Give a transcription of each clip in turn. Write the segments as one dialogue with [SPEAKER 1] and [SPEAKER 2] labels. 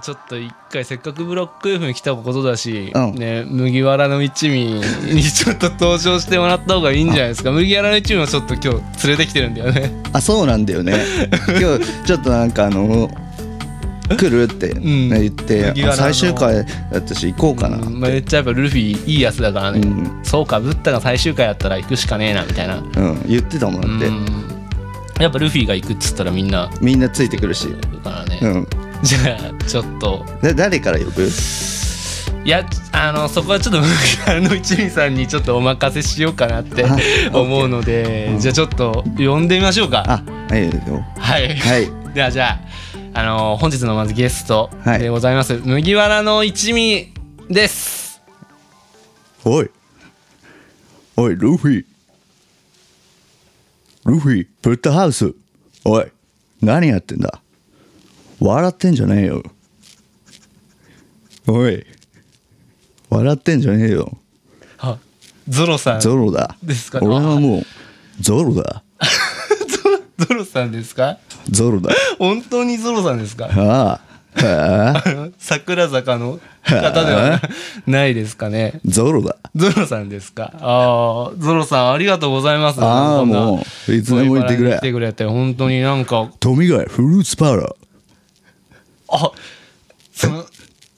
[SPEAKER 1] ちょっと一回せっかくブロック F に来たことだし、
[SPEAKER 2] うん
[SPEAKER 1] ね、麦わらの一味にちょっと登場してもらった方がいいんじゃないですか麦わらの一味もちょっと今日連れてきてるんだよね
[SPEAKER 2] あそうなんだ よね今日ちょっとなんかあの来るって、
[SPEAKER 1] ん
[SPEAKER 2] ね言って、
[SPEAKER 1] 麦わら
[SPEAKER 2] あ
[SPEAKER 1] の
[SPEAKER 2] 最終回私行こうかな、
[SPEAKER 1] うんまあ、めっちゃやっぱルフィいいやつだからね、
[SPEAKER 2] うん
[SPEAKER 1] そうかブッダが最終回やったら行くしかねえなみたいな
[SPEAKER 2] うん、言ってたもんだって、
[SPEAKER 1] うんやっぱルフィが行くっつったらみんな
[SPEAKER 2] みんなついてくるし、
[SPEAKER 1] 行くからね、
[SPEAKER 2] うん、
[SPEAKER 1] じゃあちょっと
[SPEAKER 2] で誰から呼ぶ
[SPEAKER 1] いやあのそこはちょっと麦わらの一味さんにちょっとお任せしようかなって
[SPEAKER 2] あ
[SPEAKER 1] 思うので、じゃあちょっと呼んでみましょうか
[SPEAKER 2] あはいいいよ
[SPEAKER 1] はい、
[SPEAKER 2] はい
[SPEAKER 1] ではじゃあ、あの本日のまずゲスト
[SPEAKER 2] はい
[SPEAKER 1] でございます、麦わらの一味です
[SPEAKER 2] おいおいルフィルフィブッダハウスおい何やってんだ笑ってんじゃねえよおい笑ってんじゃねえよ
[SPEAKER 1] あゾロさん
[SPEAKER 2] ゾロだ
[SPEAKER 1] ですかね
[SPEAKER 2] 俺はもうゾロだ
[SPEAKER 1] ゾゾロさんですか
[SPEAKER 2] ゾ ロだ
[SPEAKER 1] 本当にゾロさんです か
[SPEAKER 2] ああああ
[SPEAKER 1] あの桜坂の方ではないですかね
[SPEAKER 2] ゾロだ
[SPEAKER 1] ゾロさんですか。ああ、ゾロ さんありがとうございます。
[SPEAKER 2] あー
[SPEAKER 1] こんな
[SPEAKER 2] もういつでも言ってくれ
[SPEAKER 1] こういう場に来てくれて本当になんか
[SPEAKER 2] 富ヶ谷フルーツパーラー
[SPEAKER 1] あその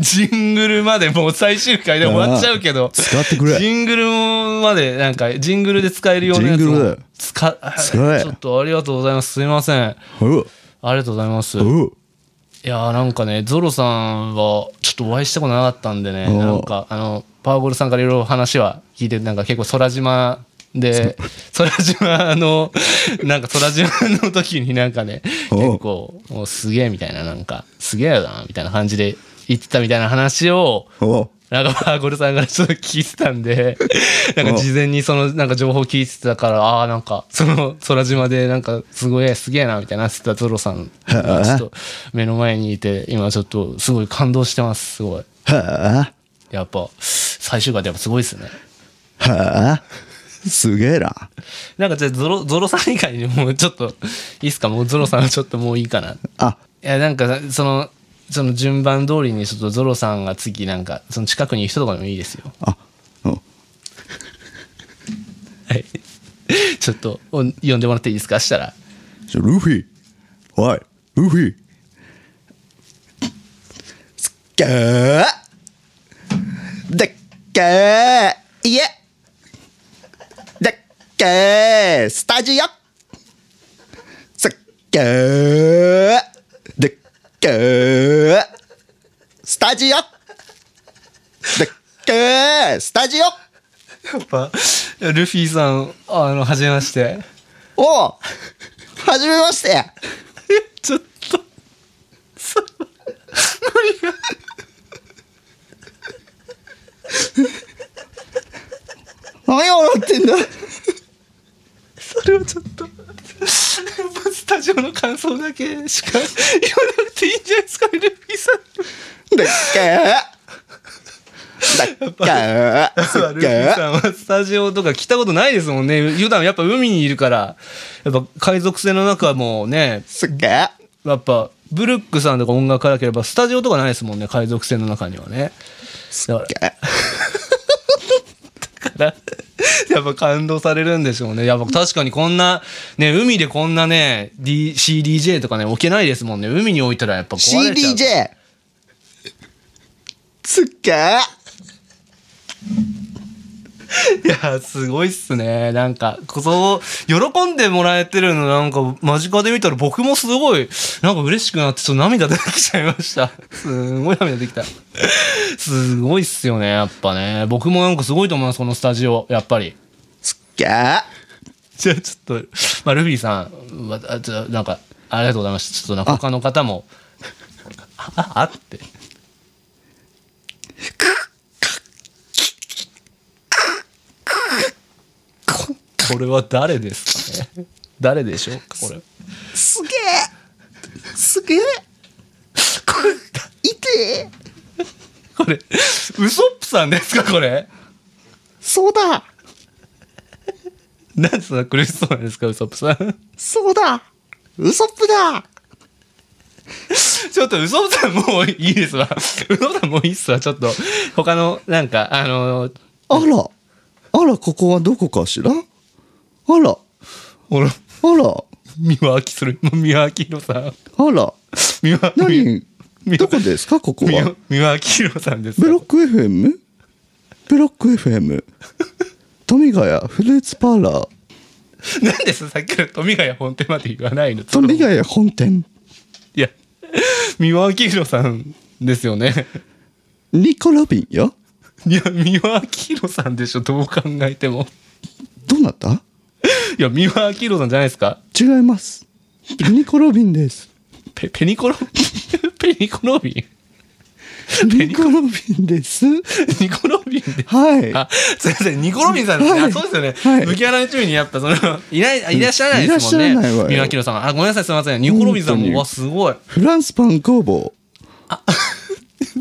[SPEAKER 1] ジングルまでもう最終回で終わっちゃうけど
[SPEAKER 2] あー使ってくれ
[SPEAKER 1] ジングルまでなんかジングルで使えるようなやつ
[SPEAKER 2] ジングル
[SPEAKER 1] も
[SPEAKER 2] だよ
[SPEAKER 1] 使
[SPEAKER 2] 使え
[SPEAKER 1] ちょっとありがとうございますすいませんあ
[SPEAKER 2] おう
[SPEAKER 1] りがとうございますい
[SPEAKER 2] おう
[SPEAKER 1] やーなんかねゾロさんはちょっとお会いしたことなかったんでね
[SPEAKER 2] おー
[SPEAKER 1] なんかあのパワーゴールさんからいろいろ話は聞いてなんか結構空島で 空島のなんか空島の時になんかね
[SPEAKER 2] おう
[SPEAKER 1] 結構もうすげえみたいななんかすげえよなみたいな感じで言ってたみたいな話を
[SPEAKER 2] おう
[SPEAKER 1] なんかパーゴルさんからちょっと聞いてたん で、なんか事前にそのなんか情報聞いてたから、ああーなんかその空島でなんかすごいすげえなみたいなってたゾロさんがちょっと目の前にいて、今ちょっとすごい感動してます、すごい。
[SPEAKER 2] はあ
[SPEAKER 1] やっぱ最終回ってやっぱすごいですね。
[SPEAKER 2] はあすげえな
[SPEAKER 1] なんかじゃあゾロ、ゾロさん以外にもうちょっと、いいっすかもうゾロさんはちょっともういいかな。い
[SPEAKER 2] あ
[SPEAKER 1] やなんかその、その順番通りにちょっとゾロさんが次なんか、その近くにいる人とかでもいいですよ。
[SPEAKER 2] あうん
[SPEAKER 1] はい。ちょっと、お呼んでもらっていいですかしたら。
[SPEAKER 2] じゃルフィおいルフィすっげーだっけーいえだっけースタジオすっげーだっけースタジオだっけースタジオ
[SPEAKER 1] やっぱ、ルフィさん、あの、はじめまして。
[SPEAKER 2] おうはじめまして
[SPEAKER 1] ちょっと、その、ノリ
[SPEAKER 2] 何を笑ってんだ
[SPEAKER 1] それはちょっと、やっぱスタジオの感想だけしか言わなくていいんじゃないですか、ルフィさん。
[SPEAKER 2] だっけだっけすっ
[SPEAKER 1] ルフ
[SPEAKER 2] げ
[SPEAKER 1] ィ
[SPEAKER 2] ー
[SPEAKER 1] さんはスタジオとか来たことないですもんね。普段やっぱ海にいるから、やっぱ海賊船の中もね、
[SPEAKER 2] すっげー
[SPEAKER 1] やっぱブルックさんとか音楽家なければスタジオとかないですもんね海賊船の中にはねだから
[SPEAKER 2] げえ
[SPEAKER 1] だから やっぱ感動されるんでしょうねやっぱ確かにこんなね海でこんなね、D、CDJ とかね置けないですもんね海に置いたらやっぱ壊れちゃう
[SPEAKER 2] CDJ すっげー
[SPEAKER 1] いやすごいっすねなんかこそ喜んでもらえてるのなんか間近で見たら僕もすごいなんか嬉しくなってちょっと涙出てきちゃいましたすごい涙できたすごいっすよねやっぱね僕もなんかすごいと思いますこのスタジオやっぱり
[SPEAKER 2] すっげー
[SPEAKER 1] じゃあちょっと、まあ、ルフィさんわあちょなんかありがとうございましたちょっとなんか他の方もああってここれは誰ですかね誰でしょうかこれ
[SPEAKER 2] すげーすげーこれ痛え
[SPEAKER 1] これウソップさんですかこれ
[SPEAKER 2] そうだ
[SPEAKER 1] なんでそんな苦しそうなんですかウソップさん
[SPEAKER 2] そうだウソップだ
[SPEAKER 1] ちょっと、ウソブさんもういいですわ。ウソブさんもういいっすわ。ちょっと、他の、なんか、あの、
[SPEAKER 2] あら、あら、ここはどこかしらあら、
[SPEAKER 1] ほら、
[SPEAKER 2] あら、
[SPEAKER 1] 三輪明する。三輪明宏さん。
[SPEAKER 2] あら、
[SPEAKER 1] 三輪、
[SPEAKER 2] 何
[SPEAKER 1] み
[SPEAKER 2] どこですかここ
[SPEAKER 1] 三
[SPEAKER 2] は
[SPEAKER 1] 輪。三輪明宏さんです
[SPEAKER 2] ブ
[SPEAKER 1] か。
[SPEAKER 2] ロック FM? ブロック FM? 富ヶ谷フルーツパーラー
[SPEAKER 1] なんですさっきから富ヶ谷本店まで言わないの。
[SPEAKER 2] 富ヶ谷本店
[SPEAKER 1] いや、三輪明宏さんです よね。
[SPEAKER 2] ニコ・ロビンよ
[SPEAKER 1] いや、三輪明宏さんでしょ、どう考えても。
[SPEAKER 2] どなた
[SPEAKER 1] いや、三輪明宏さんじゃないですか。
[SPEAKER 2] 違いますニコ・ロビ ンです
[SPEAKER 1] ペ、ペニコロ、 ペニコロビン
[SPEAKER 2] ニコ・ロビンです
[SPEAKER 1] ニコロビンで。
[SPEAKER 2] はい
[SPEAKER 1] あ、すいません、ニコロビンさん、
[SPEAKER 2] はい
[SPEAKER 1] あそうですよね。
[SPEAKER 2] はい
[SPEAKER 1] ブキャラの注意にやっぱその、いない、あいらっしゃらないですもん
[SPEAKER 2] い
[SPEAKER 1] ね。
[SPEAKER 2] らっしゃらないわよ
[SPEAKER 1] 三輪明宏さんは。あ、ごめんなさい、すいません。ニコロビンさん
[SPEAKER 2] 本当
[SPEAKER 1] も、
[SPEAKER 2] に
[SPEAKER 1] わ、すごい。
[SPEAKER 2] フランスパン工房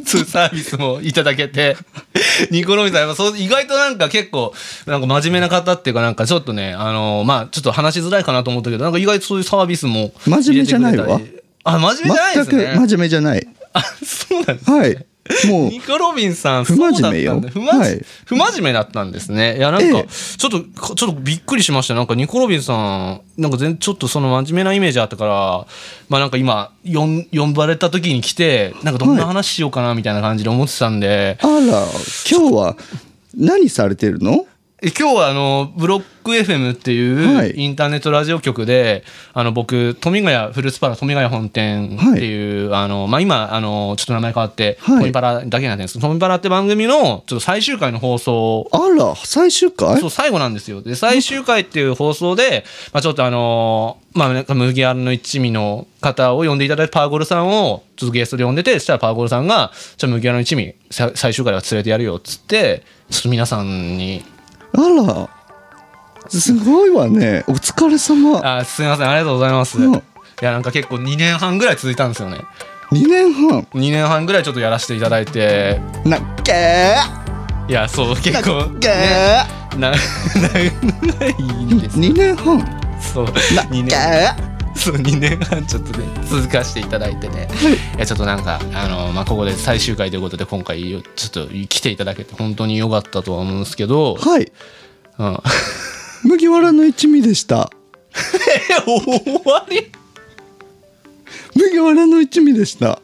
[SPEAKER 1] そういうサービスもいただけて。 ニコロビンさん、やっぱそう、意外となんか結構、なんか真面目な方っていうか、なんかちょっとね、あの、まあ、ちょっと話しづらいかなと思ったけど、なんか意外とそういうサービスも。
[SPEAKER 2] 真面目じゃないわ
[SPEAKER 1] 入れてくれたり。あ、真面目じゃないで
[SPEAKER 2] 全
[SPEAKER 1] す
[SPEAKER 2] く
[SPEAKER 1] ね。
[SPEAKER 2] 真面目じゃない
[SPEAKER 1] あ、そうなんです
[SPEAKER 2] はい もう
[SPEAKER 1] ニコロビンさん、
[SPEAKER 2] 不真面目よ
[SPEAKER 1] そうだったんだ不真
[SPEAKER 2] はい
[SPEAKER 1] 不真面目だったんですね。いや、なん
[SPEAKER 2] え
[SPEAKER 1] か
[SPEAKER 2] え、
[SPEAKER 1] ちょっと、こちょっとびっくりしました。なんか、ニコロビンさん、なんか全、ちょっとその真面目なイメージあったから、まあなんか今、呼ん呼ばれた時に来て、なんかどんな話しようかな、みたいな感じで思ってたんで、
[SPEAKER 2] あら今日は何されてるの
[SPEAKER 1] え今日はあの、ブロック FM って
[SPEAKER 2] はいいう
[SPEAKER 1] インターネットラジオ局で、あの、僕、富ヶ谷、フルーツパラ富ヶ谷本店っていう、あの、まあ、今、あの、ちょっと名前変わって、
[SPEAKER 2] はい
[SPEAKER 1] 富パラだけになってるんですけど、富パラって番組の、ちょっと最終回の放送
[SPEAKER 2] あら最終回
[SPEAKER 1] そう、最後なんですよ。で、最終回っていう放送で、まあちょっとあのーまあなんか麦わらの一味の方を呼んでいただいて、パーゴルさんをちょっとゲストで呼んでて、そしたらパーゴルさんが、じゃあ麦わらの一味、さ最終回は連れてやるよ、っつって、ちょっと皆さんに、
[SPEAKER 2] あらすごいわねお疲れ様
[SPEAKER 1] あ、すいません、ありがとうございます。
[SPEAKER 2] うん
[SPEAKER 1] いや、なんか結構2年半ぐらい続いたんですよね。
[SPEAKER 2] 2年半
[SPEAKER 1] 2年半ぐらいちょっとやらせていただいて、
[SPEAKER 2] なっけー
[SPEAKER 1] いや、そう、結構、
[SPEAKER 2] げ
[SPEAKER 1] ね、
[SPEAKER 2] ー
[SPEAKER 1] な、 長いです。
[SPEAKER 2] 2年半
[SPEAKER 1] そう、
[SPEAKER 2] なっ
[SPEAKER 1] 2
[SPEAKER 2] け
[SPEAKER 1] 年。
[SPEAKER 2] ー
[SPEAKER 1] そう2年半ちょっとね続かしていただいてね、い、やちょっとなんかあの、まあ、ここで最終回ということで今回ちょっと来ていただけて本当に良かったとは思うんですけど、
[SPEAKER 2] はい
[SPEAKER 1] うん、 え
[SPEAKER 2] 麦わらの一味でした
[SPEAKER 1] 終わり
[SPEAKER 2] 麦わらの一味でした